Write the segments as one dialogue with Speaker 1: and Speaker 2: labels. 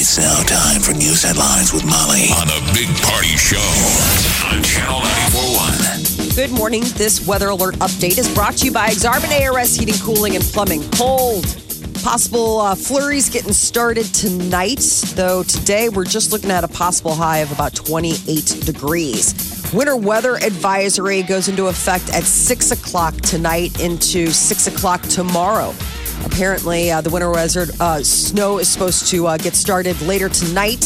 Speaker 1: It's now time for news headlines with Molly on the Big Party Show on Channel 941.
Speaker 2: Good morning. This weather alert update is brought to you by Exarban ARS Heating, Cooling, and Plumbing. Cold. Possible uh, flurries getting started tonight, though today we're just looking at a possible high of about 28 degrees. Winter weather advisory goes into effect at 6 o'clock tonight into 6 o'clock tomorrow. Apparently, uh, the winter weather uh, snow is supposed to uh, get started later tonight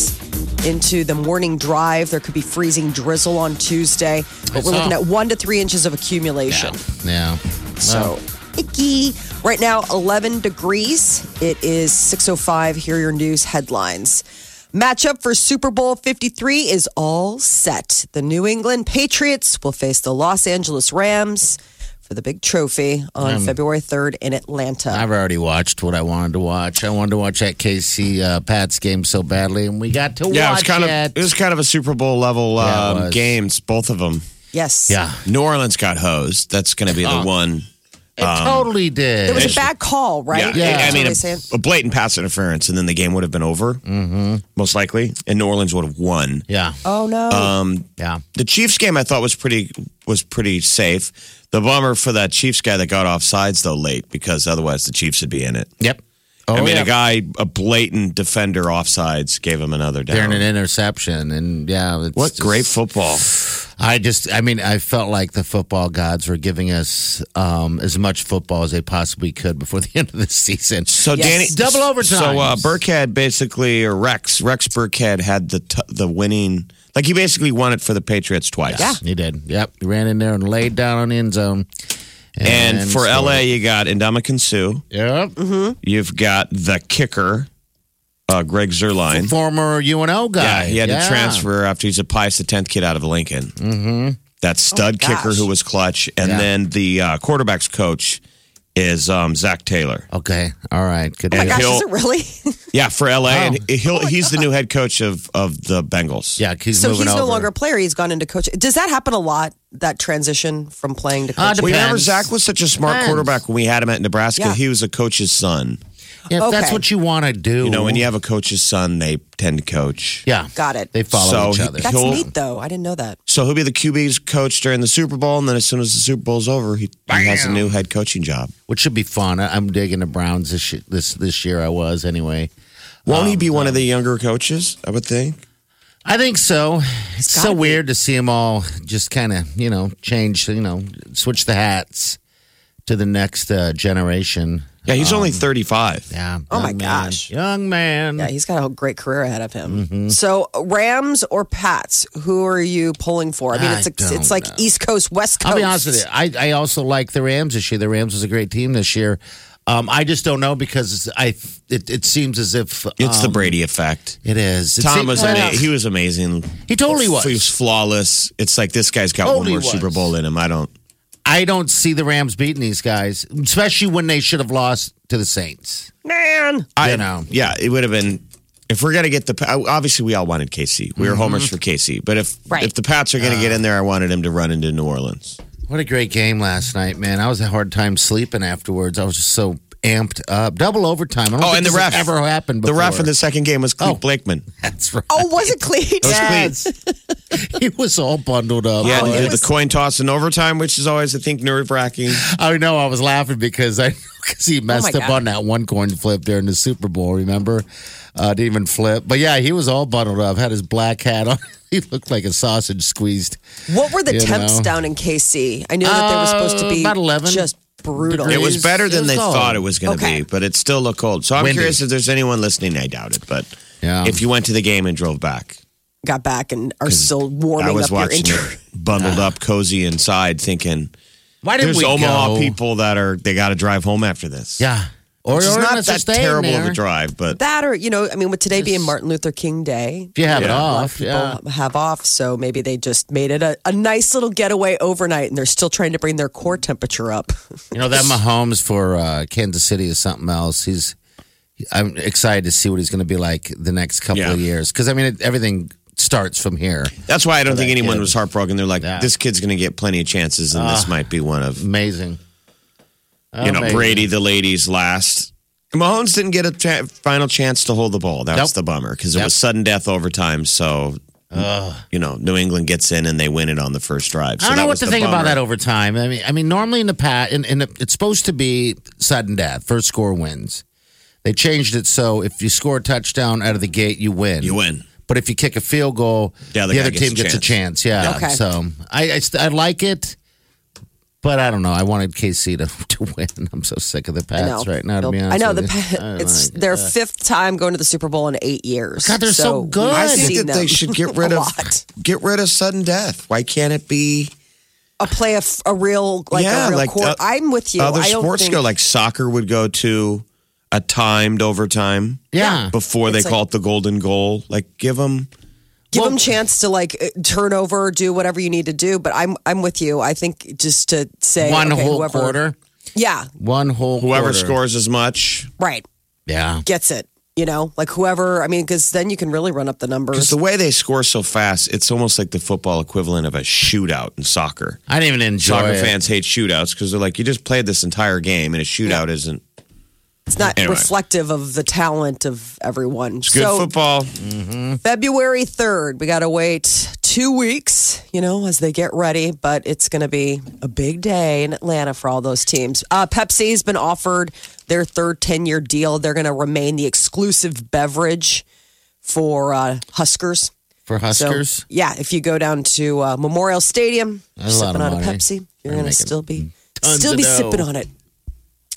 Speaker 2: into the morning drive. There could be freezing drizzle on Tuesday, but
Speaker 3: I
Speaker 2: we're
Speaker 3: saw.
Speaker 2: looking at one to three inches of accumulation.
Speaker 3: Yeah.
Speaker 2: So icky. Right now, 11 degrees. It is 6:05. Here are your news headlines. Matchup for Super Bowl 53 is all set. The New England Patriots will face the Los Angeles Rams for the big trophy on February 3rd in Atlanta.
Speaker 3: I've already watched what I wanted to watch. I wanted to watch that KC uh, Pats game so badly, and we got to
Speaker 4: Yeah, it was
Speaker 3: watch
Speaker 4: kind
Speaker 3: it.
Speaker 4: of it was kind of a Super Bowl level
Speaker 3: Yeah, it
Speaker 4: um,
Speaker 3: was.
Speaker 4: games, both of them.
Speaker 2: Yes.
Speaker 3: yeah,
Speaker 4: New Orleans got hosed. That's going to be
Speaker 2: Oh.
Speaker 4: the one.
Speaker 3: it
Speaker 4: Um,
Speaker 3: totally did.
Speaker 2: It was a bad call, right?
Speaker 3: Yeah.
Speaker 2: That's
Speaker 4: I mean,
Speaker 2: what
Speaker 4: a,
Speaker 2: they say.
Speaker 4: a blatant pass interference, and then the game would have been over, mm-hmm. most likely, and New Orleans would have won.
Speaker 3: yeah,
Speaker 2: oh no.
Speaker 3: yeah.
Speaker 4: The Chiefs game I thought was pretty was pretty safe. The bummer for that Chiefs guy that got off sides though late because otherwise the Chiefs would be in it.
Speaker 3: Yep. Oh,
Speaker 4: I mean,
Speaker 3: yeah.
Speaker 4: a guy, a blatant defender offsides gave him another down.
Speaker 3: during an interception, and yeah, it's
Speaker 4: what
Speaker 3: just-
Speaker 4: great football!
Speaker 3: I just, I mean, I felt like the football gods were giving us um, as much football as they possibly could before the end of the season.
Speaker 4: So Danny,
Speaker 3: Double overtime.
Speaker 4: So uh, Burkhead basically, or Rex, Rex Burkhead had the t- the winning. Like he basically won it for the Patriots twice.
Speaker 3: he did. Yep, he ran in there and laid down on the end zone.
Speaker 4: And, for Mm-hmm.
Speaker 3: scored.
Speaker 4: LA, you got Indama Sue.
Speaker 3: yep,
Speaker 4: You've got the kicker, uh, Greg Zerline.
Speaker 3: former UNO
Speaker 4: Yeah,
Speaker 3: guy.
Speaker 4: he had
Speaker 3: Yeah.
Speaker 4: to transfer after he's a Pius the tenth kid out of Lincoln. Mm-hmm. That stud
Speaker 2: Oh, my
Speaker 4: kicker
Speaker 2: gosh.
Speaker 4: who was clutch, and
Speaker 3: Yeah.
Speaker 4: then the uh, quarterbacks coach is um, Zach Taylor.
Speaker 3: Okay, all right. Good.
Speaker 2: Oh my
Speaker 3: deal.
Speaker 2: gosh,
Speaker 4: Hill-
Speaker 2: is it really?
Speaker 4: Yeah, for LA, and
Speaker 3: Oh.
Speaker 4: he'll, he's the new head coach of of the Bengals.
Speaker 3: Yeah, he's
Speaker 2: so he's
Speaker 3: moving
Speaker 2: no
Speaker 3: over.
Speaker 2: longer a player. He's gone into coaching. Does that happen a lot? That transition from playing to
Speaker 3: Uh,
Speaker 2: coaching?
Speaker 4: Well, you remember
Speaker 3: Depends.
Speaker 4: Zach was such a smart
Speaker 3: Depends.
Speaker 4: quarterback when we had him at Nebraska.
Speaker 2: Yeah.
Speaker 4: He was a coach's son.
Speaker 3: Yeah, if that's
Speaker 2: Okay.
Speaker 3: what you want to do.
Speaker 4: You know, when you have a coach's son, they tend to coach.
Speaker 3: yeah,
Speaker 2: Got it.
Speaker 3: They follow
Speaker 4: So
Speaker 3: each
Speaker 4: he-
Speaker 3: other.
Speaker 2: That's
Speaker 4: Hill-
Speaker 2: neat, though. I didn't know that.
Speaker 4: So he'll be the QB's coach during the Super Bowl, and then as soon as the Super Bowl's over, he, he has a new head coaching job.
Speaker 3: Which should be fun. I, I'm digging the Browns this year, this this year. I was anyway.
Speaker 4: Won't he be
Speaker 3: Um,
Speaker 4: one of the younger coaches? I would think.
Speaker 3: I think so. It's so
Speaker 2: gotta be.
Speaker 3: weird to see them all just kind of you know change you know switch the hats to the next uh, generation.
Speaker 4: Yeah, he's only thirty-five.
Speaker 3: Um, Yeah.
Speaker 2: Oh, my
Speaker 3: young man.
Speaker 2: gosh.
Speaker 3: young man.
Speaker 4: Hmm.
Speaker 2: Yeah, he's got a great career ahead of him.
Speaker 4: Mm-hmm.
Speaker 2: So Rams or Pats, who are you pulling for? I mean,
Speaker 3: I
Speaker 2: it's
Speaker 3: don't
Speaker 2: it's like
Speaker 3: know.
Speaker 2: East Coast, West Coast.
Speaker 3: I'll be honest with you. I, I also like the Rams this year. The Rams was a great team this year. Um, I just don't know because I it, it seems as if
Speaker 4: It's the
Speaker 3: um,
Speaker 4: Brady effect.
Speaker 3: It is. It
Speaker 4: Tom
Speaker 3: seems-
Speaker 4: was ama- he was amazing.
Speaker 3: He totally was.
Speaker 4: He was flawless. It's like this guy's got
Speaker 3: Totally
Speaker 4: one more
Speaker 3: was.
Speaker 4: Super Bowl in him. I don't.
Speaker 3: I don't see the Rams beating these guys, especially when they should have lost to the Saints.
Speaker 2: man.
Speaker 4: I
Speaker 3: You know.
Speaker 4: Yeah, it would have been. If we're gonna get the, obviously we all wanted KC. We were
Speaker 3: Mm-hmm.
Speaker 4: homers for KC. But if
Speaker 2: Right.
Speaker 4: if the Pats are gonna
Speaker 3: Uh.
Speaker 4: get in there, I wanted him to run into New Orleans.
Speaker 3: What a great game last night, man! I was a hard time sleeping afterwards. I was just so amped up. Double overtime. I don't
Speaker 4: Oh,
Speaker 3: think
Speaker 4: and the
Speaker 3: this has
Speaker 4: ref
Speaker 3: ever happened. Before. Oh.
Speaker 4: The ref in the second game was Cleve Blakeman.
Speaker 3: That's right.
Speaker 2: Oh, was it Cleat?
Speaker 4: It was
Speaker 3: he was all bundled up. Oh,
Speaker 4: Cleve. Yeah, and
Speaker 3: boy.
Speaker 4: he did the coin toss in overtime, which is always I think nerve wracking.
Speaker 3: I know I was laughing because I because he messed
Speaker 2: my
Speaker 3: up
Speaker 2: God.
Speaker 3: on that one coin flip during the Super Bowl. Remember, uh, didn't even flip. But yeah, he was all bundled up. Had his black hat on. he looked like a sausage squeezed.
Speaker 2: What were the
Speaker 3: You
Speaker 2: temps
Speaker 3: know.
Speaker 2: down in KC? I knew that they were supposed to
Speaker 3: Uh,
Speaker 2: be
Speaker 3: about 11
Speaker 2: just brutal.
Speaker 4: It
Speaker 3: degrees.
Speaker 4: was better
Speaker 3: It
Speaker 4: than
Speaker 3: was
Speaker 4: they
Speaker 3: cold.
Speaker 4: thought it was going to
Speaker 2: Okay.
Speaker 4: be, but it still looked cold. So I'm
Speaker 3: Windy.
Speaker 4: curious if there's anyone listening. I doubt it, but
Speaker 3: Yeah.
Speaker 4: if you went to the game and drove back,
Speaker 2: Got back and are still warming
Speaker 4: I was
Speaker 2: up your
Speaker 4: watching
Speaker 2: injury.
Speaker 4: it bundled up, cozy inside, thinking
Speaker 3: Why didn't
Speaker 4: there's
Speaker 3: we
Speaker 4: Omaha
Speaker 3: go?
Speaker 4: people that are they got to drive home after this.
Speaker 3: Yeah. Or
Speaker 4: It's
Speaker 3: you're
Speaker 4: not
Speaker 3: to
Speaker 4: that
Speaker 3: stay in
Speaker 4: terrible of
Speaker 3: there.
Speaker 4: a drive, but
Speaker 2: That or, you know, I mean, with today being Martin Luther King Day,
Speaker 3: If you have it
Speaker 4: Yeah.
Speaker 2: a lot
Speaker 3: off,
Speaker 2: of
Speaker 3: yeah.
Speaker 2: people uh, have off. So maybe they just made it a, a nice little getaway overnight and they're still trying to bring their core temperature up.
Speaker 3: You know that Mahomes for uh, Kansas City is something else. He's I'm excited to see what he's going to be like the next couple
Speaker 4: Yeah.
Speaker 3: of years because I mean it, everything starts from here.
Speaker 4: that's why I don't think anyone
Speaker 3: kid.
Speaker 4: was heartbroken. They're like,
Speaker 3: Yeah.
Speaker 4: this kid's going to get plenty of chances, and this might be one of
Speaker 3: Amazing.
Speaker 4: you know
Speaker 3: Amazing.
Speaker 4: Brady, the ladies last. Mahomes didn't get a cha- final chance to hold the ball. That's
Speaker 3: Nope.
Speaker 4: the bummer because it
Speaker 3: Yep.
Speaker 4: was sudden death overtime. So you know New England gets in and they win it on the first drive. So
Speaker 3: I don't know
Speaker 4: that
Speaker 3: what
Speaker 4: was
Speaker 3: to
Speaker 4: the
Speaker 3: think about
Speaker 4: bummer.
Speaker 3: that over time. I mean, I mean, normally in the pat, and, and it's supposed to be sudden death, first score wins. They changed it so if you score a touchdown out of the gate, you win.
Speaker 4: You win.
Speaker 3: But if you kick a field goal,
Speaker 4: Yeah, the
Speaker 3: the
Speaker 4: guy
Speaker 3: other
Speaker 4: gets
Speaker 3: team
Speaker 4: a
Speaker 3: gets a chance. Yeah.
Speaker 2: Okay.
Speaker 3: So I, I, st- I like it, but I don't know. I wanted KC to, to win. I'm so sick of the
Speaker 2: I
Speaker 3: Pats
Speaker 2: know.
Speaker 3: right now. To be
Speaker 2: Nope.
Speaker 3: honest,
Speaker 2: I know the
Speaker 3: with
Speaker 2: pa-
Speaker 3: you. I don't
Speaker 2: it's
Speaker 3: like it.
Speaker 2: their fifth time going to the Super Bowl in eight years.
Speaker 3: God, they're so good.
Speaker 4: I
Speaker 3: I've
Speaker 4: think
Speaker 3: seen
Speaker 4: that they should get rid
Speaker 2: a
Speaker 4: of
Speaker 2: lot.
Speaker 4: get rid of sudden death. Why can't it be?
Speaker 2: a play of a real like
Speaker 4: yeah,
Speaker 2: a real
Speaker 4: like
Speaker 2: core.
Speaker 4: uh,
Speaker 2: I'm with you.
Speaker 4: Other
Speaker 2: I don't
Speaker 4: sports
Speaker 2: think-
Speaker 4: go like soccer would go to a timed overtime.
Speaker 3: Yeah.
Speaker 4: before they
Speaker 2: It's
Speaker 4: call it the golden goal. Like give them.
Speaker 2: give them chance to like uh, turn over, do whatever you need to do. But I'm I'm with you. I think just to say
Speaker 3: one
Speaker 2: okay,
Speaker 3: whole
Speaker 2: whoever-
Speaker 3: quarter.
Speaker 2: Yeah,
Speaker 3: One whole
Speaker 4: Whoever
Speaker 3: quarter.
Speaker 4: scores as much.
Speaker 2: right.
Speaker 3: Yeah.
Speaker 2: Gets it. You know, like whoever. I mean, because then you can really run up the numbers.
Speaker 4: Because the way they score so fast, it's almost like the football equivalent of a shootout in soccer.
Speaker 3: I didn't even enjoy
Speaker 4: Soccer
Speaker 3: it.
Speaker 4: fans hate shootouts because they're like, you just played this entire game, and a shootout isn't
Speaker 2: it's not
Speaker 4: anyway.
Speaker 2: reflective of the talent of everyone.
Speaker 4: it's good
Speaker 2: so Mm-hmm.
Speaker 4: football.
Speaker 2: February third, we gotta wait two weeks. You know, as they get ready. But it's gonna be a big day in Atlanta for all those teams. Uh, Pepsi's been offered their third ten-year deal. They're gonna remain the exclusive beverage for uh, Huskers.
Speaker 3: for
Speaker 2: So,
Speaker 3: Huskers.
Speaker 2: yeah, if you go down to uh, Memorial Stadium,
Speaker 3: That's a
Speaker 2: sipping
Speaker 3: lot
Speaker 2: on
Speaker 3: of
Speaker 2: a
Speaker 3: money.
Speaker 2: Pepsi, you're
Speaker 3: They're
Speaker 2: gonna
Speaker 3: making
Speaker 2: still be
Speaker 3: tons
Speaker 2: still
Speaker 3: of
Speaker 2: be
Speaker 3: dough.
Speaker 2: sipping on it.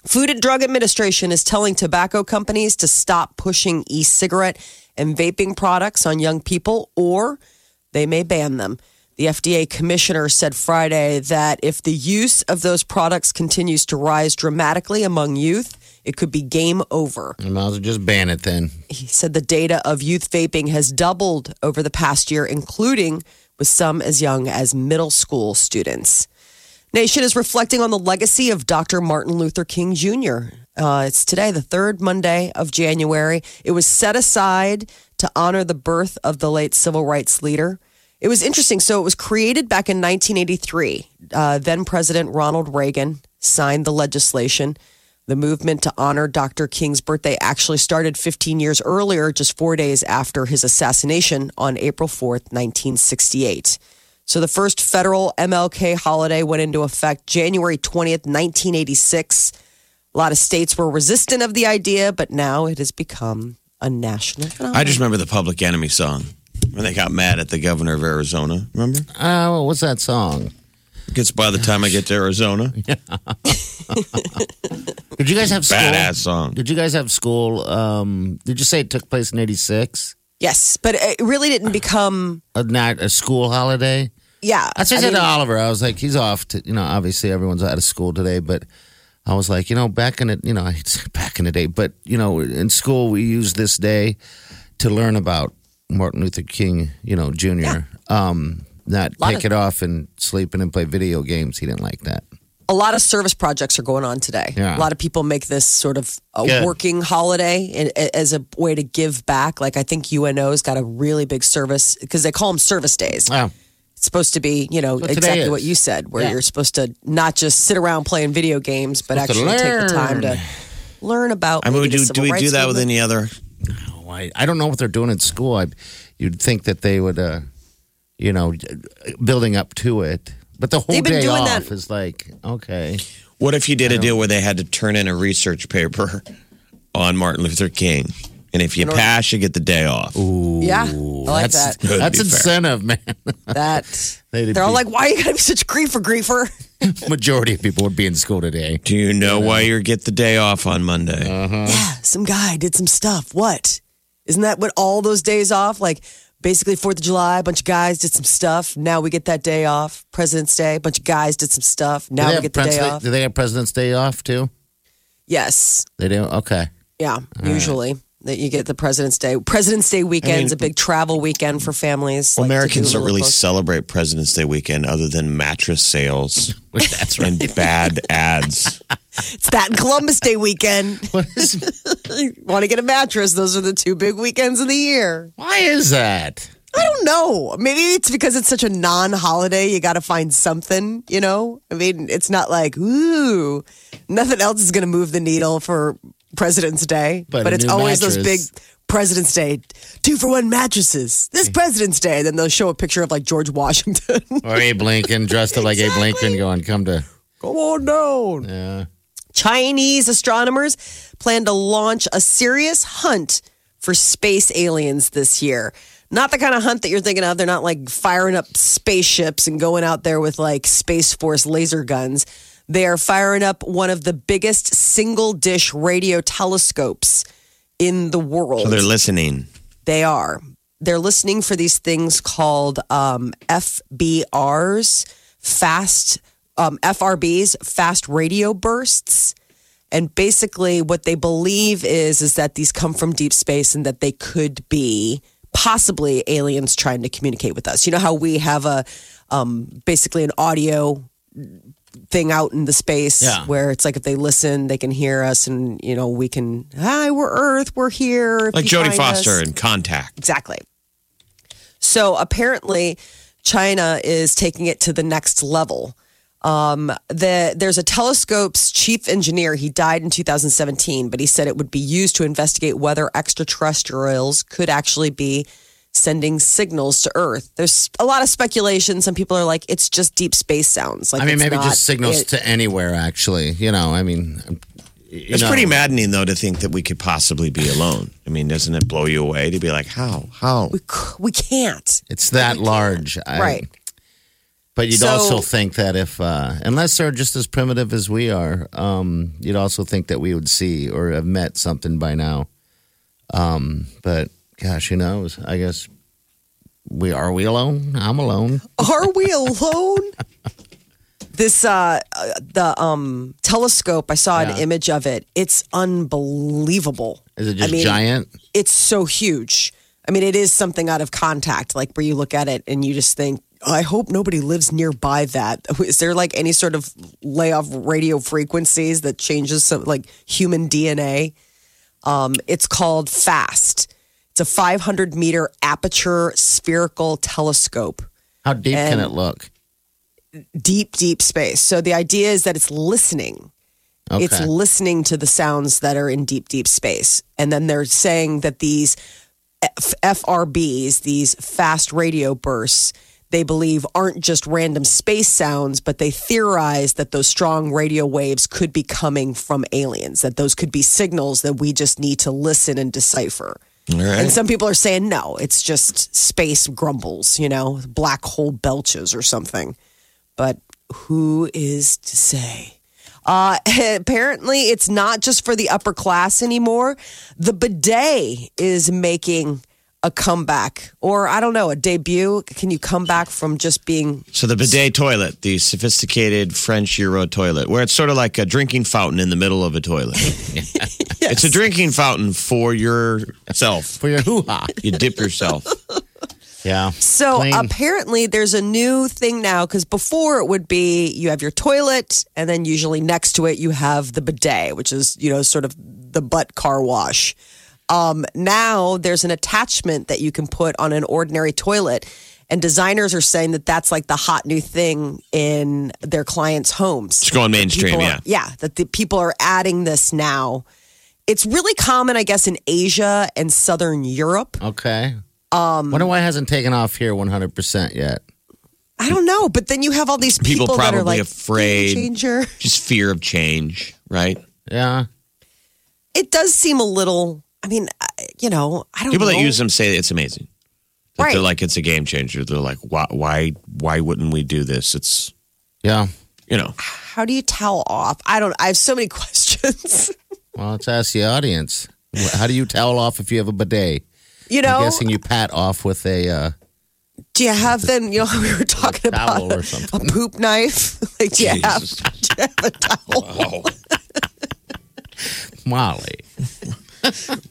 Speaker 2: Food and Drug Administration is telling tobacco companies to stop pushing e-cigarette and vaping products on young people, or they may ban them. The FDA commissioner said Friday that if the use of those products continues to rise dramatically among youth, it could be game over.
Speaker 3: I might as well just ban it then.
Speaker 2: He said the data of youth vaping has doubled over the past year, including with some as young as middle school students. Nation is reflecting on the legacy of Dr. Martin Luther King Jr. Uh, it's today, the third Monday of January. It was set aside to honor the birth of the late civil rights leader. It was interesting. So it was created back in 1983. Uh, then President Ronald Reagan signed the legislation. The movement to honor Dr. King's birthday actually started 15 years earlier, just four days after his assassination on April 4th, 1968. So the first federal MLK holiday went into effect January 20th, 1986. A lot of states were resistant of the idea, but now it has become a national phenomenon.
Speaker 4: I just remember the Public Enemy song when they got mad at the governor of Arizona. Remember?
Speaker 3: Oh, what's that song?
Speaker 4: Because by the time I get to Arizona,
Speaker 3: Did you guys have school?
Speaker 4: badass song.
Speaker 3: Did you guys have school? Um, did you say it took place in '86?
Speaker 2: yes, but it really didn't become,
Speaker 3: A night, a school holiday.
Speaker 2: yeah.
Speaker 3: That's what I, said
Speaker 2: mean-
Speaker 3: uh, to Oliver. I was like, he's off. To, you know, obviously everyone's out of school today, but I was like, you know, back in the, you know, I said back in the day, but you know, in school we used this day to learn about Martin Luther King, you know, Jr. Um, not
Speaker 2: Lot
Speaker 3: kick
Speaker 2: of-
Speaker 3: it off and sleeping and play video games. He didn't like that.
Speaker 2: a lot of service projects are going on today.
Speaker 3: Yeah.
Speaker 2: A lot of people make this sort of a
Speaker 3: Good.
Speaker 2: working holiday and- as a way to give back. Like I think UNO's got a really big service because they call them service days.
Speaker 3: Wow.
Speaker 2: It's supposed to be, you know,
Speaker 3: What
Speaker 2: exactly
Speaker 3: today is.
Speaker 2: what you said, where
Speaker 3: Yeah.
Speaker 2: you're supposed to not just sit around playing video games, but
Speaker 3: Supposed to
Speaker 2: actually take the time
Speaker 3: learn.
Speaker 2: to learn about.
Speaker 4: I mean, we
Speaker 2: maybe the
Speaker 4: do, do
Speaker 2: civil
Speaker 4: we do
Speaker 2: rights
Speaker 4: that with
Speaker 2: movement.
Speaker 4: any other?
Speaker 3: Oh, I, I don't know what they're doing in school. I, you'd think that they would, uh, you know, building up to it. But the whole
Speaker 2: They've been
Speaker 3: day
Speaker 2: doing
Speaker 3: off
Speaker 2: that-
Speaker 3: is like, okay.
Speaker 4: What if you did a deal where they had to turn in a research paper on Martin Luther King? And if you pass, you get the day off.
Speaker 2: Yeah, I like that.
Speaker 3: that's that's
Speaker 4: That'd be fair.
Speaker 3: incentive, man.
Speaker 2: That
Speaker 3: They'd
Speaker 2: they're all
Speaker 3: be-
Speaker 2: like, "Why you gotta be such a griefer, griefer?"
Speaker 3: Majority of people would be in school today.
Speaker 4: Do you know why you get the day off on Monday?
Speaker 3: Uh-huh.
Speaker 2: yeah, some guy did some stuff. What? Isn't that what all those days off? Like basically Fourth of July, a bunch of guys did some stuff. Now we get that day off. President's Day, a bunch of guys did some stuff.
Speaker 3: Do
Speaker 2: Now
Speaker 3: they
Speaker 2: we
Speaker 3: have
Speaker 2: get the
Speaker 3: Prince-
Speaker 2: day off.
Speaker 3: Do they have President's Day off too?
Speaker 2: Yes.
Speaker 3: They do? Okay.
Speaker 2: Yeah. usually that you get the President's Day. President's Day weekend's a big travel weekend for families. like, to
Speaker 4: Americans
Speaker 2: do
Speaker 4: don't really
Speaker 2: little folks.
Speaker 4: celebrate President's Day weekend other than mattress sales
Speaker 3: That's right.
Speaker 4: and bad ads.
Speaker 2: It's that and Columbus Day weekend.
Speaker 3: What is,
Speaker 2: Want to get a mattress? Those are the two big weekends of the year.
Speaker 3: why is that?
Speaker 2: I don't know. Maybe it's because it's such a non-holiday. You got to find something, you know. I mean, it's not like ooh, nothing else is going to move the needle for President's Day.
Speaker 3: But
Speaker 2: But,
Speaker 3: a
Speaker 2: it's
Speaker 3: new
Speaker 2: always those big
Speaker 3: mattress.
Speaker 2: President's Day two for one mattresses. This President's Day, then they'll show a picture of like George Washington.
Speaker 3: Or Abe Lincoln dressed up like Abe Lincoln going, come to.
Speaker 2: Come on down.
Speaker 3: Yeah.
Speaker 2: Chinese astronomers plan to launch a serious hunt for space aliens this year. Not the kind of hunt that you're thinking of. They're not like firing up spaceships and going out there with like Space Force laser guns. They are firing up one of the biggest single dish radio telescopes in the world.
Speaker 4: So they're listening.
Speaker 2: They are. They're listening for these things called um, FBRs, fast um, FRBs, fast radio bursts. And basically, what they believe is is that these come from deep space and that they could be possibly aliens trying to communicate with us. You know how we have a um, basically an audio thing out in the space
Speaker 3: Yeah.
Speaker 2: where it's like if they listen, they can hear us, and you know we can hi, we're Earth, we're here. If
Speaker 4: Like
Speaker 2: you
Speaker 4: Jodie
Speaker 2: find
Speaker 4: Foster
Speaker 2: us."
Speaker 4: in Contact.
Speaker 2: Exactly. So apparently, China is taking it to the next level. Um, the, there's a telescope's chief engineer. He died in 2017, but he said it would be used to investigate whether extraterrestrials could actually be sending signals to Earth. There's a lot of speculation. Some people are like, it's just deep space sounds. Like
Speaker 3: I mean,
Speaker 2: it's
Speaker 3: maybe
Speaker 2: not
Speaker 3: just signals
Speaker 2: it.
Speaker 3: to anywhere, actually. You know, I mean,
Speaker 4: It's pretty maddening, though, to think that we could possibly be alone. I mean, doesn't it blow you away to be like, how? How?
Speaker 2: We c- we can't.
Speaker 3: it's that large. I-
Speaker 2: Right.
Speaker 3: But you'd
Speaker 2: So-
Speaker 3: also think that if, uh, unless they're just as primitive as we are, um, you'd also think that we would see or have met something by now. Um, but gosh, who knows? I guess we are we alone? I'm alone.
Speaker 2: Are we alone? this uh uh, the um telescope, I saw an
Speaker 3: Yeah.
Speaker 2: image of it. It's unbelievable.
Speaker 3: Is it just
Speaker 2: I mean,
Speaker 3: giant?
Speaker 2: It's so huge. I mean, it is something out of contact, like where you look at it and you just think, I hope nobody lives nearby that. Is there like any sort of layoff radio frequencies that changes some like human DNA? Um, it's called FAST. It's a 500 meter aperture spherical telescope
Speaker 3: How deep can
Speaker 2: And-
Speaker 3: it look?
Speaker 2: deep, deep space. So the idea is that it's listening.
Speaker 3: Okay.
Speaker 2: It's listening to the sounds that are in deep, deep space. And then they're saying that these F- FRBs, these fast radio bursts, they believe aren't just random space sounds, but they theorize that those strong radio waves could be coming from aliens, that those could be signals that we just need to listen and decipher.
Speaker 4: All right.
Speaker 2: And some people are saying no, it's just space grumbles, you know, black hole belches or something. But who is to say? Uh, apparently, it's not just for the upper class anymore. The bidet is making a comeback, or I don't know, a debut. Can you come back from just being
Speaker 4: So the bidet toilet, the sophisticated French Euro toilet, where it's sort of like a drinking fountain in the middle of a toilet. It's a drinking fountain for yourself.
Speaker 3: for your hoo ha.
Speaker 4: You dip yourself.
Speaker 3: Yeah.
Speaker 2: So
Speaker 3: Clean.
Speaker 2: apparently, there's a new thing now because before it would be you have your toilet, and then usually next to it you have the bidet, which is you know sort of the butt car wash. Um, now there's an attachment that you can put on an ordinary toilet, and designers are saying that that's like the hot new thing in their clients' homes.
Speaker 4: It's going mainstream,
Speaker 2: People
Speaker 4: yeah.
Speaker 2: are- yeah, that the people are adding this now. It's really common, I guess, in Asia and Southern Europe.
Speaker 3: Okay. Um, Wonder why it hasn't taken off here 100% yet.
Speaker 2: I don't know, but then you have all these people,
Speaker 4: People
Speaker 2: that are
Speaker 4: probably
Speaker 2: like
Speaker 4: afraid.
Speaker 2: game changer.
Speaker 4: Just fear of change, right?
Speaker 3: Yeah.
Speaker 2: It does seem a little. I mean, I- you know, I don't.
Speaker 4: People
Speaker 2: know.
Speaker 4: that use them say it's amazing. That They're
Speaker 2: Mm-hmm. Right.
Speaker 4: like it's a game changer. They're like, why, why, why wouldn't we do this? It's
Speaker 3: Yeah.
Speaker 4: you know,
Speaker 2: How do you towel off? I don't. I have so many questions.
Speaker 3: Well, let's ask the audience. Wh- How do you towel off if you have a bidet?
Speaker 2: you
Speaker 3: I'm
Speaker 2: know,
Speaker 3: guessing you pat off with a uh,
Speaker 2: do you have them? You know, we were talking
Speaker 3: towel
Speaker 2: about
Speaker 3: or
Speaker 2: a
Speaker 3: something.
Speaker 2: poop knife. like, do you have,
Speaker 4: Jesus.
Speaker 2: do you have a towel?
Speaker 3: Molly.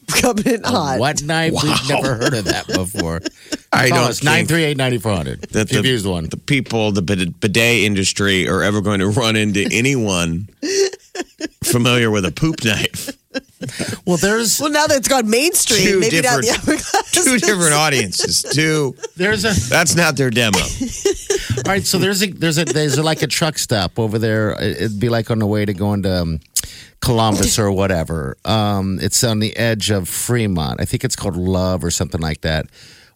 Speaker 2: Coming in hot.
Speaker 3: What knife? We've never heard of that before.
Speaker 4: I
Speaker 3: Call
Speaker 4: don't
Speaker 3: us nine
Speaker 4: think-
Speaker 3: three eight ninety four hundred.
Speaker 4: that
Speaker 3: If you've
Speaker 4: the-
Speaker 3: used one.
Speaker 4: The people, the bid- bidet industry, are ever going to run into anyone familiar with a poop knife.
Speaker 3: Well, there's
Speaker 2: Well, now that it's gone mainstream,
Speaker 4: Two
Speaker 2: maybe not the
Speaker 4: different-
Speaker 2: hourglass.
Speaker 4: Two different audiences. Two.
Speaker 3: there's a
Speaker 4: That's not their demo.
Speaker 3: All right, so there's a there's a there's like a truck stop over there. It- It'd be like on the way to going to um, Columbus or whatever. Um, it's on the edge of Fremont. I think it's called Love or something like that.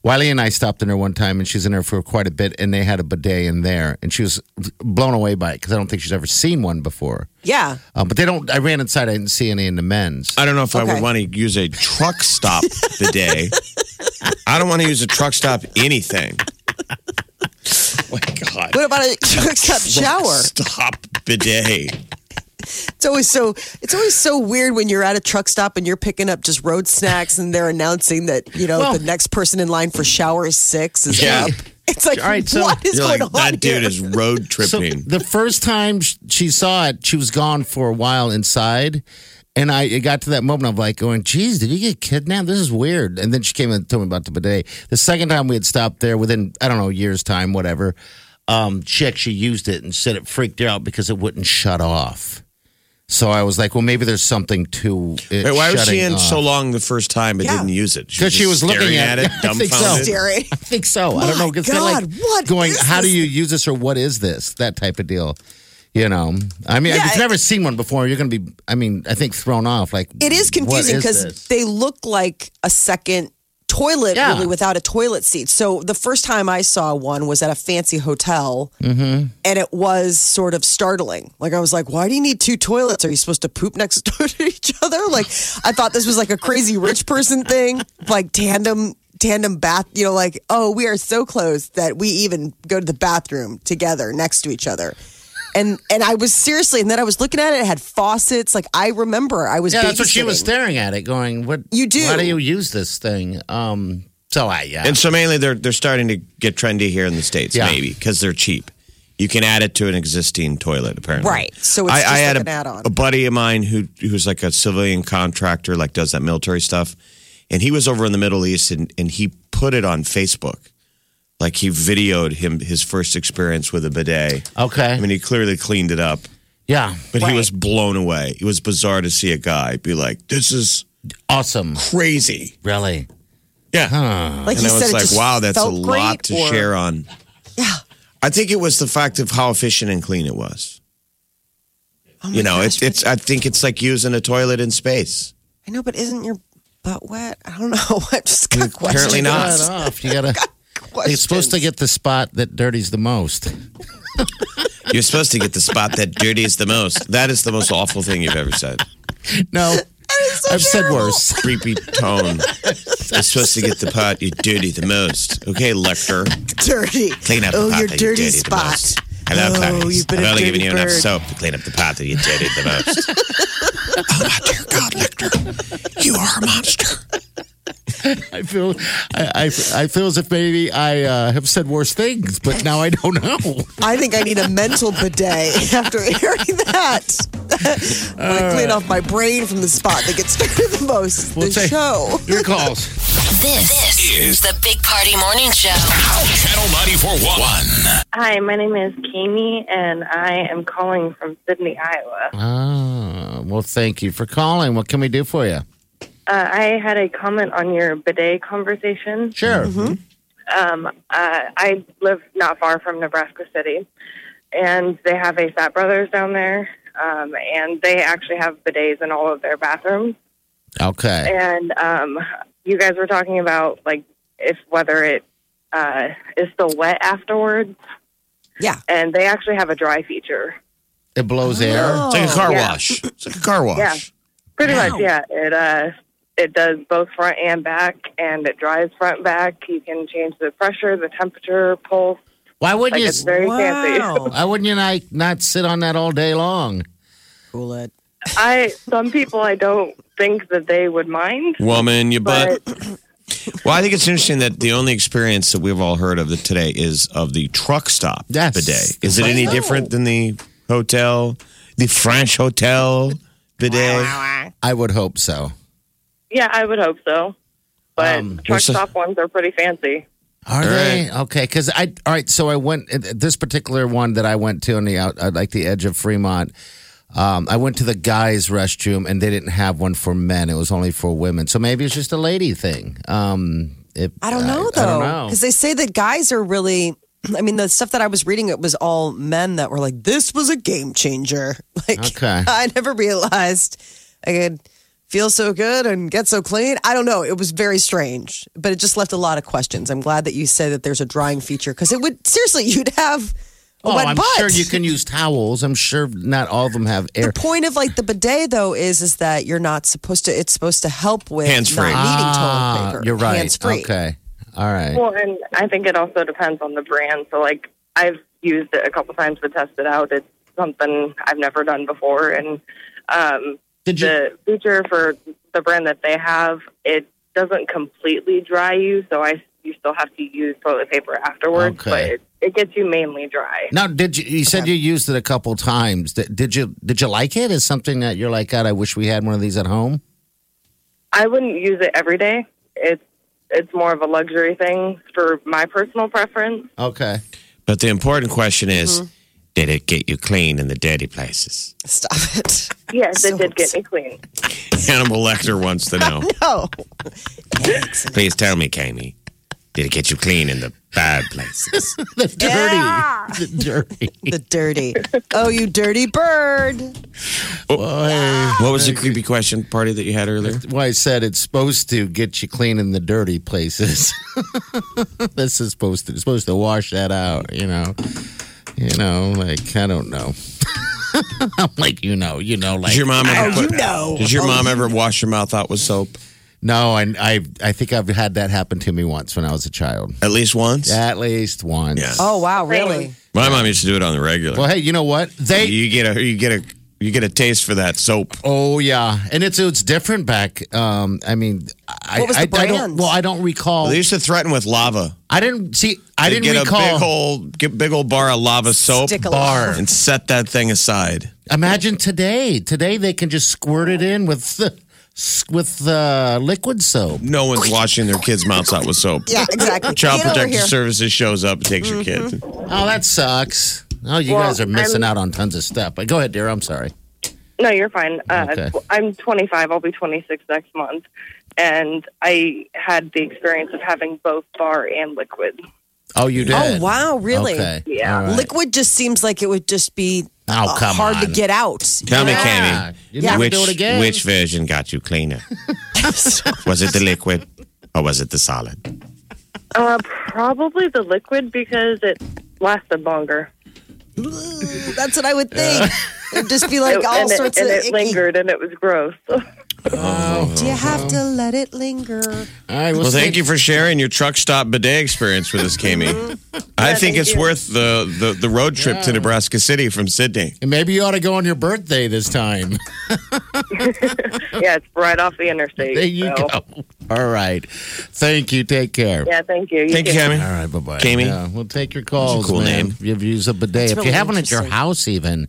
Speaker 3: Wiley and I stopped in there one time, and she's in there for quite a bit, and they had a bidet in there, and she was blown away by it because I don't think she's ever seen one before.
Speaker 2: Yeah.
Speaker 3: Um, but they don't. I ran inside. I didn't see any in the men's.
Speaker 4: I don't know if I
Speaker 2: Okay.
Speaker 4: would want to use a truck stop bidet. I don't want to use a truck stop anything.
Speaker 3: Oh
Speaker 4: my God.
Speaker 2: What about a truck stop shower?
Speaker 4: Stop bidet.
Speaker 2: It's always so it's always so weird when you're at a truck stop and you're picking up just road snacks and they're announcing that, you know,
Speaker 3: Well-
Speaker 2: the next person in line for shower six is
Speaker 4: Yeah.
Speaker 2: up. It's like
Speaker 3: All right, so-
Speaker 2: what is
Speaker 4: You're
Speaker 2: going
Speaker 4: like,
Speaker 2: on?
Speaker 4: that dude
Speaker 2: here?
Speaker 4: is road tripping.
Speaker 3: So the first time sh- she saw it, she was gone for a while inside. And I it got to that moment of like going, geez, did you get kidnapped? This is weird. And then she came and told me about the bidet. The second time we had stopped there within, I don't know, a year's time, whatever, um, she actually used it and said it freaked her out because it wouldn't shut off. So I was like, well, maybe there's something to it.
Speaker 4: Wait, why was she in
Speaker 3: shutting
Speaker 4: so
Speaker 3: off.
Speaker 4: long the first time but
Speaker 2: Yeah.
Speaker 4: didn't use it?
Speaker 3: 'Cause she
Speaker 4: just
Speaker 3: was looking
Speaker 4: staring
Speaker 3: at it.
Speaker 4: it,
Speaker 3: I think so.
Speaker 4: dumbfounded.
Speaker 2: Jerry.
Speaker 3: I think so. I don't know.
Speaker 2: My
Speaker 3: It's kinda like
Speaker 2: God, what
Speaker 3: going?
Speaker 2: is
Speaker 3: how do
Speaker 2: this?
Speaker 3: you use this, or what is this? That type of deal. You know, I mean,
Speaker 2: Yeah,
Speaker 3: if you've
Speaker 2: it-
Speaker 3: never seen one before, you're going to be. I mean, I think thrown off. Like
Speaker 2: It is confusing because
Speaker 3: because
Speaker 2: they look like a second toilet,
Speaker 3: Yeah.
Speaker 2: really, without a toilet seat. So the first time I saw one was at a fancy hotel, and it was sort of startling. Like I was like, "Why do you need two toilets? Are you supposed to poop next door to each other?" Like I thought this was like a crazy rich person thing, like tandem. Tandem bath, you know, like, oh, we are so close that we even go to the bathroom together next to each other. And and I was seriously, and then I was looking at it, it had faucets. Like, I remember I was
Speaker 3: yeah, that's what she was
Speaker 2: babysitting.
Speaker 3: staring at it, going, "What
Speaker 2: You do.
Speaker 3: Why do you use this thing?" Um, so I yeah,
Speaker 4: And so mainly they're they're starting to get trendy here in the states,
Speaker 3: Yeah.
Speaker 4: maybe because they're cheap. You can add it to an existing toilet, apparently.
Speaker 2: Right. So it's
Speaker 4: I,
Speaker 2: just
Speaker 4: I had
Speaker 2: like
Speaker 4: a,
Speaker 2: an add-on.
Speaker 4: a buddy of mine who who's like a civilian contractor, like does that military stuff, and he was over in the Middle East, and and he put it on Facebook, like he videoed him his first experience with a bidet.
Speaker 3: okay,
Speaker 4: I mean, he clearly cleaned it up,
Speaker 3: yeah,
Speaker 4: but he was blown away. It was bizarre to see a guy be like, "This is
Speaker 3: awesome,
Speaker 4: crazy."
Speaker 3: really.
Speaker 4: Yeah.
Speaker 2: Like
Speaker 4: and
Speaker 2: he
Speaker 4: I
Speaker 2: said,
Speaker 4: was
Speaker 2: it
Speaker 4: like,
Speaker 2: just
Speaker 4: wow, that's a
Speaker 2: felt great,
Speaker 4: lot to
Speaker 2: or-
Speaker 4: share on. Yeah. I think it was the fact of how efficient and clean it was.
Speaker 2: Oh
Speaker 4: you know, it's it's. I think it's like using a toilet in space.
Speaker 2: I know, but isn't your butt wet? I don't know. I just got
Speaker 4: Apparently
Speaker 2: questions.
Speaker 3: Cut
Speaker 4: not.
Speaker 3: it off. You gotta. It's supposed to get the spot that dirties the most.
Speaker 4: You're supposed to get the spot that dirties the most. That is the most awful thing you've ever said.
Speaker 3: No, I've said worse.
Speaker 4: Creepy tone. You're supposed to get the part you dirty the most. Okay, Lecter,
Speaker 2: dirty.
Speaker 4: clean up
Speaker 2: Oh,
Speaker 4: the part
Speaker 2: your
Speaker 4: that
Speaker 2: dirty
Speaker 4: you dirty the
Speaker 2: spot.
Speaker 4: most. Hello,
Speaker 2: oh,
Speaker 4: Clarice.
Speaker 2: you've been
Speaker 4: I've
Speaker 2: a
Speaker 4: only
Speaker 2: dirty
Speaker 4: given you enough
Speaker 2: bird.
Speaker 4: soap to clean up the part that you dirtied the most. Oh,
Speaker 3: I feel, I, I, I feel as if maybe I uh, have said worse things, but now I don't know.
Speaker 2: I think I need a mental bidet after hearing that. I'm going to
Speaker 4: Uh.
Speaker 2: clean off my brain from the spot that gets dirty the most.
Speaker 3: We'll
Speaker 2: the
Speaker 3: take
Speaker 2: show.
Speaker 3: Your calls.
Speaker 5: This, is the Big Party Morning Show.
Speaker 1: Channel 941.
Speaker 6: Hi, my name is Kami, and I am calling from Sydney, Iowa. Uh,
Speaker 3: Ah, well, thank you for calling. What can we do for you?
Speaker 6: Uh, I had a comment on your bidet conversation.
Speaker 3: Sure.
Speaker 6: Um, uh, I live not far from Nebraska City, and they have a Sat Brothers down there, um, and they actually have bidets in all of their bathrooms.
Speaker 3: Okay.
Speaker 6: And um, you guys were talking about like if whether it uh, is still wet afterwards,
Speaker 2: Yeah.
Speaker 6: and they actually have a dry feature.
Speaker 3: It blows air.
Speaker 4: It's like a car
Speaker 6: Oh, Yeah.
Speaker 4: wash. It's like a car wash.
Speaker 6: Yeah. Pretty
Speaker 2: Wow.
Speaker 6: much, yeah. It uh, it does both front and back, and it dries front and back. You can change the pressure, the temperature, pulse.
Speaker 3: Why wouldn't
Speaker 6: Like
Speaker 3: you?
Speaker 6: it's very fancy.
Speaker 2: Wow.
Speaker 3: why wouldn't you not, not sit on that all day long?
Speaker 2: Cool it.
Speaker 6: I some people I don't think that they would mind,
Speaker 4: Woman, you
Speaker 6: but
Speaker 4: butt. Well, I think it's interesting that the only experience that we've all heard of today is of the truck stop
Speaker 3: Yes.
Speaker 4: bidet. Is it any different than the hotel, the French hotel bidet?
Speaker 3: I would hope so.
Speaker 6: Yeah, I would hope so. But
Speaker 3: Um,
Speaker 6: truck
Speaker 4: what's the-
Speaker 6: stop ones are pretty fancy.
Speaker 3: Are
Speaker 4: All
Speaker 3: they okay? Because I all right. So I went uh, this particular one that I went to on the out uh, like the edge of Fremont. Um, I went to the guys' restroom and they didn't have one for men. It was only for women. So maybe it's just a lady thing. Um, it,
Speaker 2: I don't know
Speaker 3: I
Speaker 2: though,
Speaker 3: don't know.
Speaker 2: because they say that guys are really. I mean, the stuff that I was reading, it was all men that were like, "This was a game changer." Like,
Speaker 3: Okay.
Speaker 2: I never realized I could feel so good and get so clean. I don't know. It was very strange, but it just left a lot of questions. I'm glad that you said that there's a drying feature because it would seriously, you'd have a
Speaker 3: Oh,
Speaker 2: wet
Speaker 3: I'm
Speaker 2: butt.
Speaker 3: sure you can use towels. I'm sure not all of them have air.
Speaker 2: The point of like the bidet though is is that you're not supposed to. It's supposed to help with
Speaker 4: Hands-free.
Speaker 2: not needing toilet
Speaker 3: Ah,
Speaker 2: paper.
Speaker 3: you're right.
Speaker 2: Hands free.
Speaker 3: Okay. All right.
Speaker 6: Well, and I think it also depends on the brand. So, like, I've used it a couple times to test it out. It's something I've never done before, and um,
Speaker 3: Did you?
Speaker 6: the feature for the brand that they have, it doesn't completely dry you, so I you still have to use toilet paper afterwards,
Speaker 3: Okay.
Speaker 6: but it, it gets you mainly dry.
Speaker 3: Now, did you? You said you used it a couple times. Did, did you? Did you like it? Is something that you're like, God, I wish we had one of these at home.
Speaker 6: I wouldn't use it every day. It's it's more of a luxury thing for my personal preference.
Speaker 3: Okay.
Speaker 4: But the important question is, did it get you clean in the dirty places?
Speaker 2: Stop it.
Speaker 6: Yes,
Speaker 2: So
Speaker 6: it did get me clean.
Speaker 4: Hannibal Lecter wants to know.
Speaker 2: No.
Speaker 4: Please tell me, Kami, did it get you clean in the bad places?
Speaker 3: The dirty. The dirty.
Speaker 2: The dirty. Oh, you dirty bird.
Speaker 4: Oh, what was the creepy question party that you had earlier?
Speaker 3: Why I said it's supposed to get you clean in the dirty places. this is supposed to it's supposed to wash that out. You know. You know, like I don't know. I'm like, you know, you know, like
Speaker 4: Did your mom ever?
Speaker 2: Oh, you know.
Speaker 4: Did your mom ever wash your mouth out with soap?
Speaker 3: No, I, I, I think I've had that happen to me once when I was a child.
Speaker 4: At least once.
Speaker 3: At least once.
Speaker 4: Yeah.
Speaker 2: Oh, wow, really?
Speaker 4: My mom used to do it on the regular.
Speaker 3: Well, hey, you know what? They.
Speaker 4: you get a you get a you get a taste for that soap.
Speaker 3: oh yeah, and it's it's different back. Um, I mean, I,
Speaker 2: What was the
Speaker 3: I, I don't.
Speaker 2: brand?
Speaker 3: Well, I don't recall.
Speaker 4: They used to threaten with lava.
Speaker 3: I didn't see. I
Speaker 4: They'd
Speaker 3: didn't
Speaker 4: get
Speaker 3: recall.
Speaker 4: a big old get big old bar of lava soap
Speaker 2: Stick a
Speaker 4: bar
Speaker 2: lot.
Speaker 4: and set that thing aside.
Speaker 3: Imagine today. Today they can just squirt it in with the with uh, liquid soap.
Speaker 4: No one's washing their kids' mouths out with soap.
Speaker 2: Yeah, exactly.
Speaker 4: Child
Speaker 2: Get over
Speaker 4: Protective
Speaker 2: here. Mm-hmm.
Speaker 4: Services shows up and takes your kid.
Speaker 3: Oh, that sucks. Oh, you
Speaker 6: Well,
Speaker 3: guys are missing
Speaker 6: I'm-
Speaker 3: out on tons of stuff. But go ahead, dear. I'm sorry.
Speaker 6: No, you're fine. Uh,
Speaker 3: Okay.
Speaker 6: tw- I'm 25. I'll be 26 next month, and I had the experience of having both bar and liquid.
Speaker 3: Oh, you did.
Speaker 2: Oh, wow, really?
Speaker 3: Okay.
Speaker 6: Yeah.
Speaker 3: All right.
Speaker 2: Liquid just seems like it would just be
Speaker 3: Oh,
Speaker 2: uh,
Speaker 3: come
Speaker 2: hard to
Speaker 3: on.
Speaker 2: get out.
Speaker 4: Tell me,
Speaker 3: Yeah.
Speaker 4: Cammy,
Speaker 3: You never
Speaker 4: which
Speaker 3: do it again.
Speaker 4: which version got you cleaner? was it the liquid or was it the solid?
Speaker 6: Uh, probably the liquid because it lasted longer.
Speaker 2: Ooh, That's what I would think. It'd just be like
Speaker 6: It-
Speaker 2: all
Speaker 6: and
Speaker 2: sorts
Speaker 6: it,
Speaker 2: of
Speaker 6: and it
Speaker 2: icky.
Speaker 6: lingered, and it was gross.
Speaker 2: Do you have to let it linger?
Speaker 3: All right.
Speaker 4: Well, thank you for sharing your truck stop bidet experience with us, Cammy. I think
Speaker 6: thank
Speaker 4: it's
Speaker 6: you.
Speaker 4: worth the, the, the road trip to Nebraska City from Sydney.
Speaker 3: And maybe you ought to go on your birthday this time.
Speaker 6: yeah, it's right off the interstate.
Speaker 3: There you
Speaker 6: so-
Speaker 3: go. All right. Thank you. Take care.
Speaker 6: Yeah, thank you. You
Speaker 4: Thank you,
Speaker 6: too.
Speaker 4: Cammy.
Speaker 3: All right, bye bye.
Speaker 4: Jamie?
Speaker 3: Yeah, we'll take your calls.
Speaker 4: cool
Speaker 3: man.
Speaker 4: name.
Speaker 3: If You've used a bidet. if
Speaker 2: really
Speaker 3: you have one at your
Speaker 2: interesting.
Speaker 3: house, even,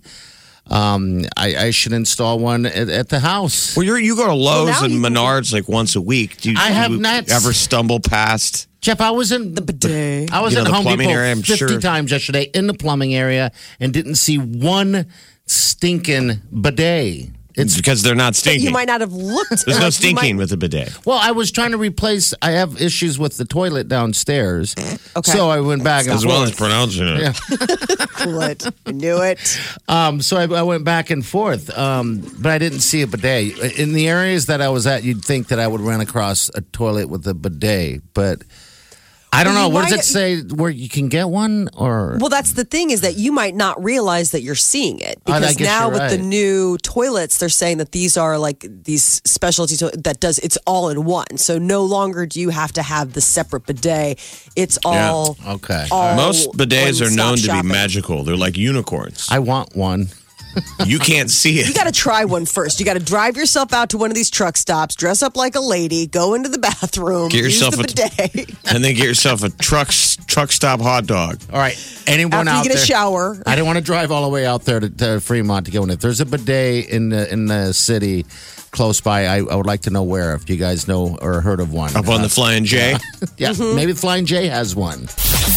Speaker 3: um, I, I should install one at, at the house.
Speaker 4: Well, you're, you go to Lowe's
Speaker 2: now
Speaker 4: and
Speaker 2: you can-
Speaker 4: Menards like once a week. Do you,
Speaker 3: I
Speaker 4: do
Speaker 3: have
Speaker 4: you
Speaker 3: not-
Speaker 4: ever stumble past?
Speaker 3: Jeff, I was in
Speaker 2: The bidet.
Speaker 3: I was
Speaker 4: You know,
Speaker 3: at
Speaker 4: the
Speaker 3: Home
Speaker 4: plumbing
Speaker 3: Depot
Speaker 4: area, I'm
Speaker 3: 50
Speaker 4: sure.
Speaker 3: times yesterday in the plumbing area and didn't see one stinking bidet.
Speaker 4: It's because they're not stinking.
Speaker 2: You might not have looked.
Speaker 4: There's no
Speaker 2: like, you
Speaker 4: stinking
Speaker 2: might-
Speaker 4: with a bidet.
Speaker 3: Well, I was trying to replace. I have issues with the toilet downstairs,
Speaker 2: Okay.
Speaker 3: so I went back and
Speaker 4: As well
Speaker 3: forth.
Speaker 4: as pronouncing it.
Speaker 2: Cool it. I knew it.
Speaker 3: Um, so I, I went back and forth, um, but I didn't see a bidet. In the areas that I was at, you'd think that I would run across a toilet with a bidet, but I don't know.
Speaker 2: Well, you
Speaker 3: What does
Speaker 2: might-
Speaker 3: it say where you can get one? Or
Speaker 2: Well, that's the thing is that you might not realize that you're seeing it
Speaker 3: Oh, I- I
Speaker 2: because
Speaker 3: guess
Speaker 2: now
Speaker 3: you're
Speaker 2: with the
Speaker 3: right.
Speaker 2: new toilets, they're saying that these are like these specialty to- that does it's all in one. So no longer do you have to have the separate bidet. It's all
Speaker 3: okay,
Speaker 2: all
Speaker 4: Most bidets are
Speaker 2: one-stop
Speaker 4: known to be
Speaker 2: Uh, shopping.
Speaker 4: magical. They're like unicorns.
Speaker 3: I want one.
Speaker 4: you can't see
Speaker 2: You
Speaker 4: it.
Speaker 2: got to try one first. You got to drive yourself out to one of these truck stops, dress up like a lady, go into the bathroom,
Speaker 4: Get yourself
Speaker 2: use the
Speaker 4: a-
Speaker 2: bidet.
Speaker 4: and then get yourself a truck truck stop hot dog.
Speaker 3: All right. Anyone
Speaker 2: After
Speaker 3: out
Speaker 2: you get a
Speaker 3: there?
Speaker 2: shower.
Speaker 3: I don't want to drive all the way out there to, to Fremont to go in. If there's a bidet in the in the city close by, I, I would like to know where. If you guys know or heard of one,
Speaker 4: Up on the flying J.
Speaker 3: yeah,
Speaker 2: Mm-hmm.
Speaker 3: maybe Flying J has one.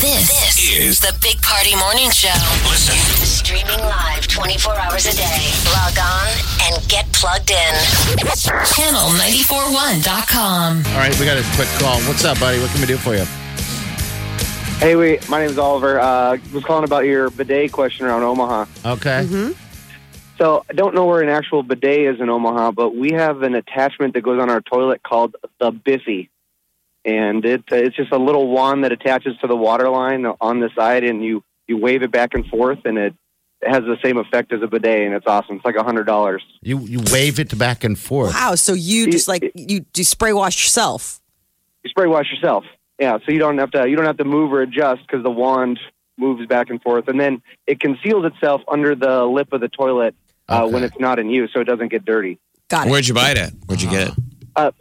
Speaker 5: This, is the Big Party Morning Show.
Speaker 1: Listen.
Speaker 5: Streaming live 24 hours a day. Log on and get plugged in. Channel941.com.
Speaker 3: All right, we got a quick call. What's up, buddy? What can we do for you?
Speaker 7: Hey, wait. My name's Oliver. Uh, was calling about your bidet question around Omaha.
Speaker 3: Okay.
Speaker 2: Mm-hmm.
Speaker 7: So I don't know where an actual bidet is in Omaha, but we have an attachment that goes on our toilet called the Biffy, and it uh, it's just a little wand that attaches to the water line on the side, and you you wave it back and forth, and it has the same effect as a bidet, and it's awesome. It's like a hundred dollars.
Speaker 3: You you wave it back and forth.
Speaker 2: Wow. So you just like you do spray wash yourself.
Speaker 7: You spray wash yourself. Yeah, so you don't have to you don't have to move or adjust because the wand moves back and forth, and then it conceals itself under the lip of the toilet uh,
Speaker 3: Okay.
Speaker 7: when it's not in use, so it doesn't get dirty.
Speaker 2: Got it.
Speaker 4: Where'd you buy it at? Where'd you get it?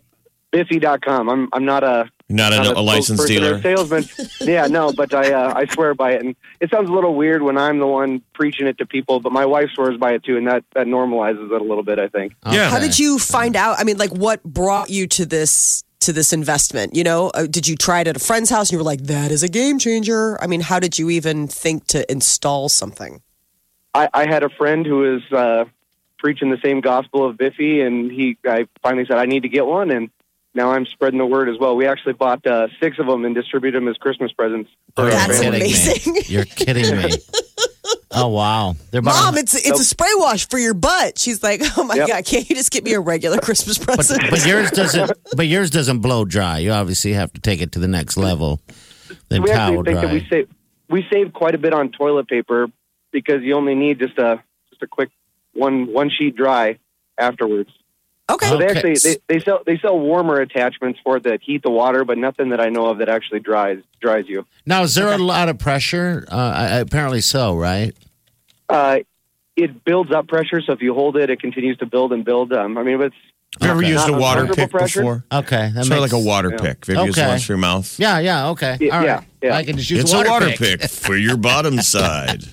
Speaker 7: Biffy.com. I'm I'm not a
Speaker 4: Not a,
Speaker 7: not
Speaker 4: a licensed
Speaker 7: spokesperson
Speaker 4: dealer.
Speaker 7: or salesman. yeah, no, but I uh, I swear by it, and it sounds a little weird when I'm the one preaching it to people, but my wife swears by it too, and that that normalizes it a little bit. I think.
Speaker 4: Yeah.
Speaker 2: How did you find out? I mean, like, what brought you to this to this investment? You know, uh, did you try it at a friend's house and you were like, "That is a game changer"? I mean, how did you even think to install something?
Speaker 7: I, I had a friend who is uh, preaching the same gospel of Biffy, and he I finally said I need to get one, and now I'm spreading the word as well. We actually bought uh, six of them and distributed them as Christmas presents.
Speaker 3: You're
Speaker 2: That's
Speaker 3: kidding me.
Speaker 2: amazing.
Speaker 3: You're kidding me. Oh wow. They're about-
Speaker 2: Mom, it's it's a spray wash for your butt. She's like, "Oh my
Speaker 7: Yep.
Speaker 2: god, can't you just get me a regular Christmas
Speaker 3: but,
Speaker 2: present?"
Speaker 3: but yours doesn't but yours doesn't blow dry. You obviously have to take it to the next level. Then
Speaker 7: we
Speaker 3: towel
Speaker 7: actually think
Speaker 3: dry.
Speaker 7: that we save we save quite a bit on toilet paper because you only need just a just a quick one one sheet dry afterwards.
Speaker 2: okay.
Speaker 7: So they
Speaker 3: Okay.
Speaker 7: actually they, they sell they sell warmer attachments for it that heat the water, but nothing that I know of that actually dries dries you.
Speaker 3: now is there a lot of pressure? Uh, I- I- apparently so, right?
Speaker 7: Uh, it builds up pressure, so if you hold it, it continues to build and build. Um, I mean, but it's
Speaker 4: Have you ever
Speaker 3: Okay.
Speaker 4: used a
Speaker 7: Not
Speaker 4: water
Speaker 7: uncomfortable
Speaker 4: pick
Speaker 7: pressure?
Speaker 4: before?
Speaker 3: Okay. That
Speaker 4: Sort of
Speaker 3: makes-
Speaker 4: like a water pick. Have you ever used
Speaker 3: Okay.
Speaker 4: one for your mouth?
Speaker 3: Yeah, yeah, okay.
Speaker 7: Yeah,
Speaker 3: All right.
Speaker 7: yeah, yeah.
Speaker 3: I can just use
Speaker 4: It's
Speaker 3: a water,
Speaker 4: pick. for your bottom side.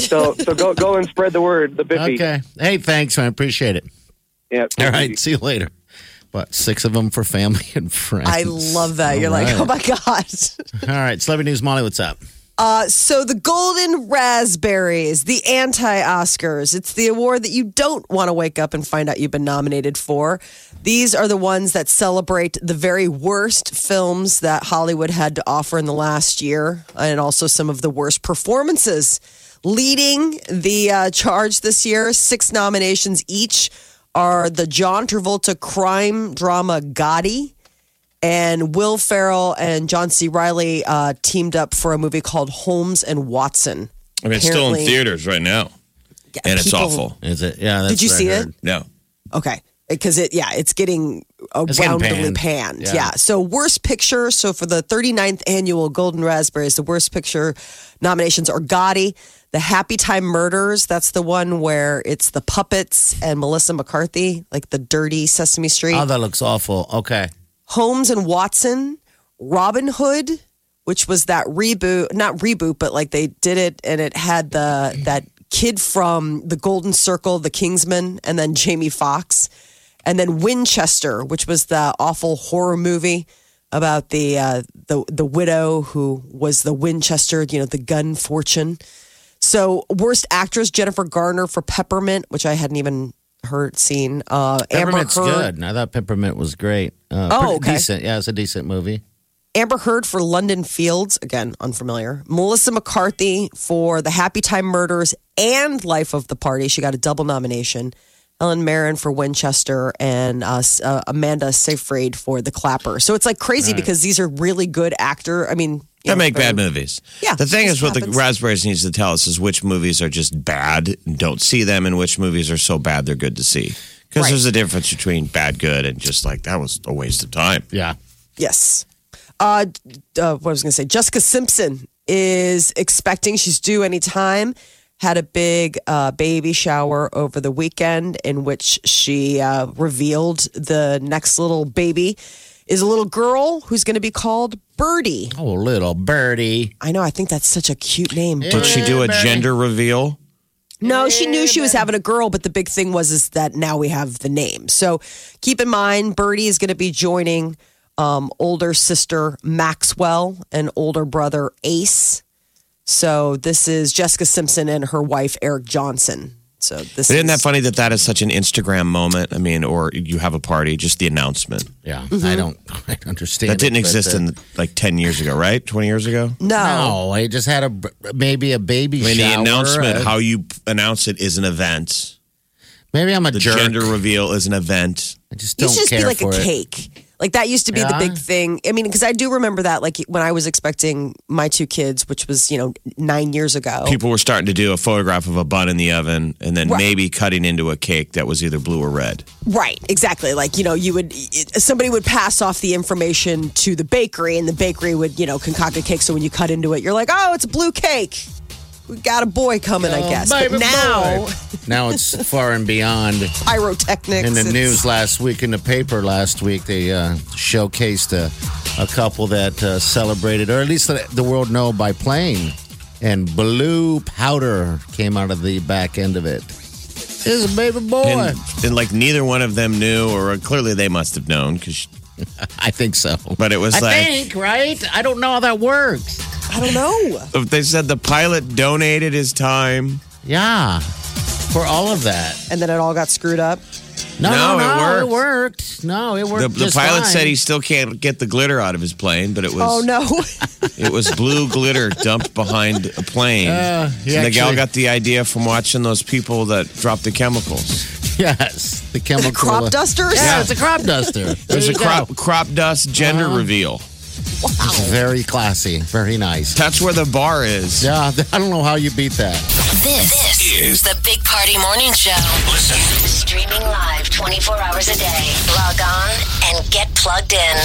Speaker 7: so so go go and spread the word. The biffy.
Speaker 3: Okay. Hey, thanks, man. Appreciate it.
Speaker 7: Yeah.
Speaker 3: All right. See you later. But six of them for family and friends.
Speaker 2: I love that. You're
Speaker 3: All
Speaker 2: like,
Speaker 3: right.
Speaker 2: "Oh my god."
Speaker 3: All right. Celebrity News Molly, what's up?
Speaker 2: Uh, so the golden raspberries, the anti-Oscars. It's the award that you don't want to wake up and find out you've been nominated for. These are the ones that celebrate the very worst films that Hollywood had to offer in the last year, and also some of the worst performances. Leading the uh, charge this year, six nominations each are the John Travolta crime drama Gotti and Will Farrell and John C. Riley uh, teamed up for a movie called Holmes and Watson.
Speaker 4: I mean, it's still in
Speaker 2: Apparently-
Speaker 4: theaters right now,
Speaker 2: Yeah,
Speaker 4: and it's
Speaker 2: people-
Speaker 4: awful.
Speaker 3: Is it? Yeah. That's
Speaker 2: Did you
Speaker 3: what I
Speaker 2: see
Speaker 3: heard.
Speaker 2: it?
Speaker 4: No.
Speaker 2: Okay. Because it, yeah, it's getting uh,
Speaker 3: It's getting
Speaker 2: roundly
Speaker 3: panned.
Speaker 2: panned.
Speaker 3: Yeah.
Speaker 2: Yeah. So, worst picture. So, for the 39th annual Golden Raspberries, the worst picture nominations are Gotti, The Happy Time Murders. That's the one where it's the puppets and Melissa McCarthy, like the dirty Sesame Street.
Speaker 3: Oh, that looks awful. Okay.
Speaker 2: Holmes and Watson, Robin Hood, which was that reboot, not reboot, but like they did it and it had the that kid from the Golden Circle, the Kingsman, and then Jamie Foxx. And then Winchester, which was the awful horror movie about the uh, the the widow who was the Winchester, you know, the gun fortune. So worst actress Jennifer Garner for Peppermint, which I hadn't even heard seen. Uh,
Speaker 3: Peppermint's
Speaker 2: Amber Heard,
Speaker 3: good. I thought Peppermint was great. Uh,
Speaker 2: Oh,
Speaker 3: pretty
Speaker 2: okay.
Speaker 3: Decent. Yeah, it's a decent movie.
Speaker 2: Amber Heard for London Fields, again, unfamiliar. Melissa McCarthy for The Happy Time Murders and Life of the Party. She got a double nomination. Ellen Marin for Winchester and uh, S- uh, Amanda Seyfried for The Clapper. So it's like crazy because these are really good actor. I mean, you
Speaker 4: They
Speaker 2: know,
Speaker 4: make bad
Speaker 2: very-
Speaker 4: movies.
Speaker 2: Yeah,
Speaker 4: The thing
Speaker 2: it
Speaker 4: is, what
Speaker 2: happens.
Speaker 4: the Raspberries needs to tell us is which movies are just bad and don't see them, and which movies are so bad they're good to see. Because
Speaker 2: Right.
Speaker 4: there's a difference between bad, good, and just like that was a waste of time.
Speaker 3: Yeah.
Speaker 2: Yes. Uh, uh, what I was going to say, Jessica Simpson is expecting, she's due anytime, had a big uh, baby shower over the weekend in which she uh, revealed the next little baby. is a little girl who's going to be called Birdie.
Speaker 3: Oh, little birdie.
Speaker 2: I know. I think that's such a cute name.
Speaker 4: Did she do a gender reveal?
Speaker 2: No, she knew she was having a girl, but the big thing was is that now we have the name. So keep in mind, Birdie is going to be joining um, older sister Maxwell and older brother Ace. So this is Jessica Simpson and her wife Eric Johnson. So this
Speaker 4: Isn't that
Speaker 2: is-
Speaker 4: funny that that is such an Instagram moment? I mean, or you have a party, just the announcement.
Speaker 3: Yeah,
Speaker 2: Mm-hmm.
Speaker 3: I don't quite understand.
Speaker 4: That didn't
Speaker 3: it, but,
Speaker 4: exist
Speaker 3: uh,
Speaker 4: in like 10 years ago, right? 20 years ago?
Speaker 2: No,
Speaker 3: No, I just had a b- maybe a baby
Speaker 4: I mean, the
Speaker 3: shower.
Speaker 4: announcement,
Speaker 3: uh,
Speaker 4: how you p- announce it is an event.
Speaker 3: maybe I'm a
Speaker 4: The
Speaker 3: jerk.
Speaker 4: gender reveal is an event.
Speaker 3: I just
Speaker 2: you
Speaker 3: don't
Speaker 2: should just
Speaker 3: care
Speaker 2: be like a
Speaker 3: for it.
Speaker 2: cake. Like that used to be the
Speaker 3: Yeah.
Speaker 2: big thing. I mean, because I do remember that, like when I was expecting my two kids, which was you know nine years ago.
Speaker 4: People were starting to do a photograph of a bun in the oven and then maybe cutting into a cake that was either blue or red.
Speaker 2: Right, exactly. Like, you know, you would, it, somebody would pass off the information to the bakery, and the bakery would, you know, concoct a cake. So when you cut into it, you're like, oh, it's a blue cake. We got a boy coming, I guess. But
Speaker 3: Oh, Baby
Speaker 2: now,
Speaker 3: boy. now it's far and beyond.
Speaker 2: pyrotechnics.
Speaker 3: In the
Speaker 2: it's-
Speaker 3: news last week, in the paper last week, they uh, showcased a, a couple that uh, celebrated, or at least let the world know by playing. And blue powder came out of the back end of it. It's a baby boy.
Speaker 4: And, and like neither one of them knew, or clearly they must have known because
Speaker 3: I think so.
Speaker 4: But it was
Speaker 3: I
Speaker 4: like-
Speaker 3: think, right? I don't know how that works.
Speaker 2: I don't know.
Speaker 4: they said the pilot donated his time.
Speaker 3: Yeah. For all of that.
Speaker 2: And then it all got screwed up.
Speaker 3: No,
Speaker 4: No,
Speaker 3: no,
Speaker 4: it
Speaker 3: no,
Speaker 4: worked.
Speaker 3: it worked. No, it worked.
Speaker 4: The, the
Speaker 3: just
Speaker 4: pilot
Speaker 3: fine.
Speaker 4: said he still can't get the glitter out of his plane, but it was
Speaker 2: Oh, no.
Speaker 4: It was blue glitter dumped behind a plane.
Speaker 3: Uh, he
Speaker 4: and the gal
Speaker 3: actually-
Speaker 4: got the idea from watching those people that drop the chemicals.
Speaker 3: Yes, the chemical uh,
Speaker 2: Crop dusters?
Speaker 3: Yeah, it's a crop duster.
Speaker 4: It was a crop, crop dust gender reveal.
Speaker 3: Very classy. Very nice.
Speaker 4: That's where the bar is.
Speaker 3: Yeah, I don't know how you beat that.
Speaker 5: This, is the Big Party Morning Show.
Speaker 1: Listen.
Speaker 5: Streaming live 24 hours a day. Log on and get plugged in.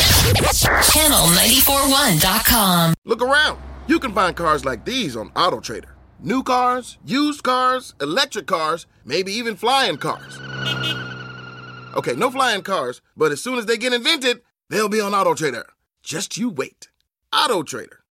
Speaker 5: Channel941.com.
Speaker 8: Look around. You can find cars like these on AutoTrader. New cars, used cars, electric cars, maybe even flying cars. Okay, no flying cars, but as soon as they get invented, they'll be on AutoTrader. Just you wait. AutoTrader.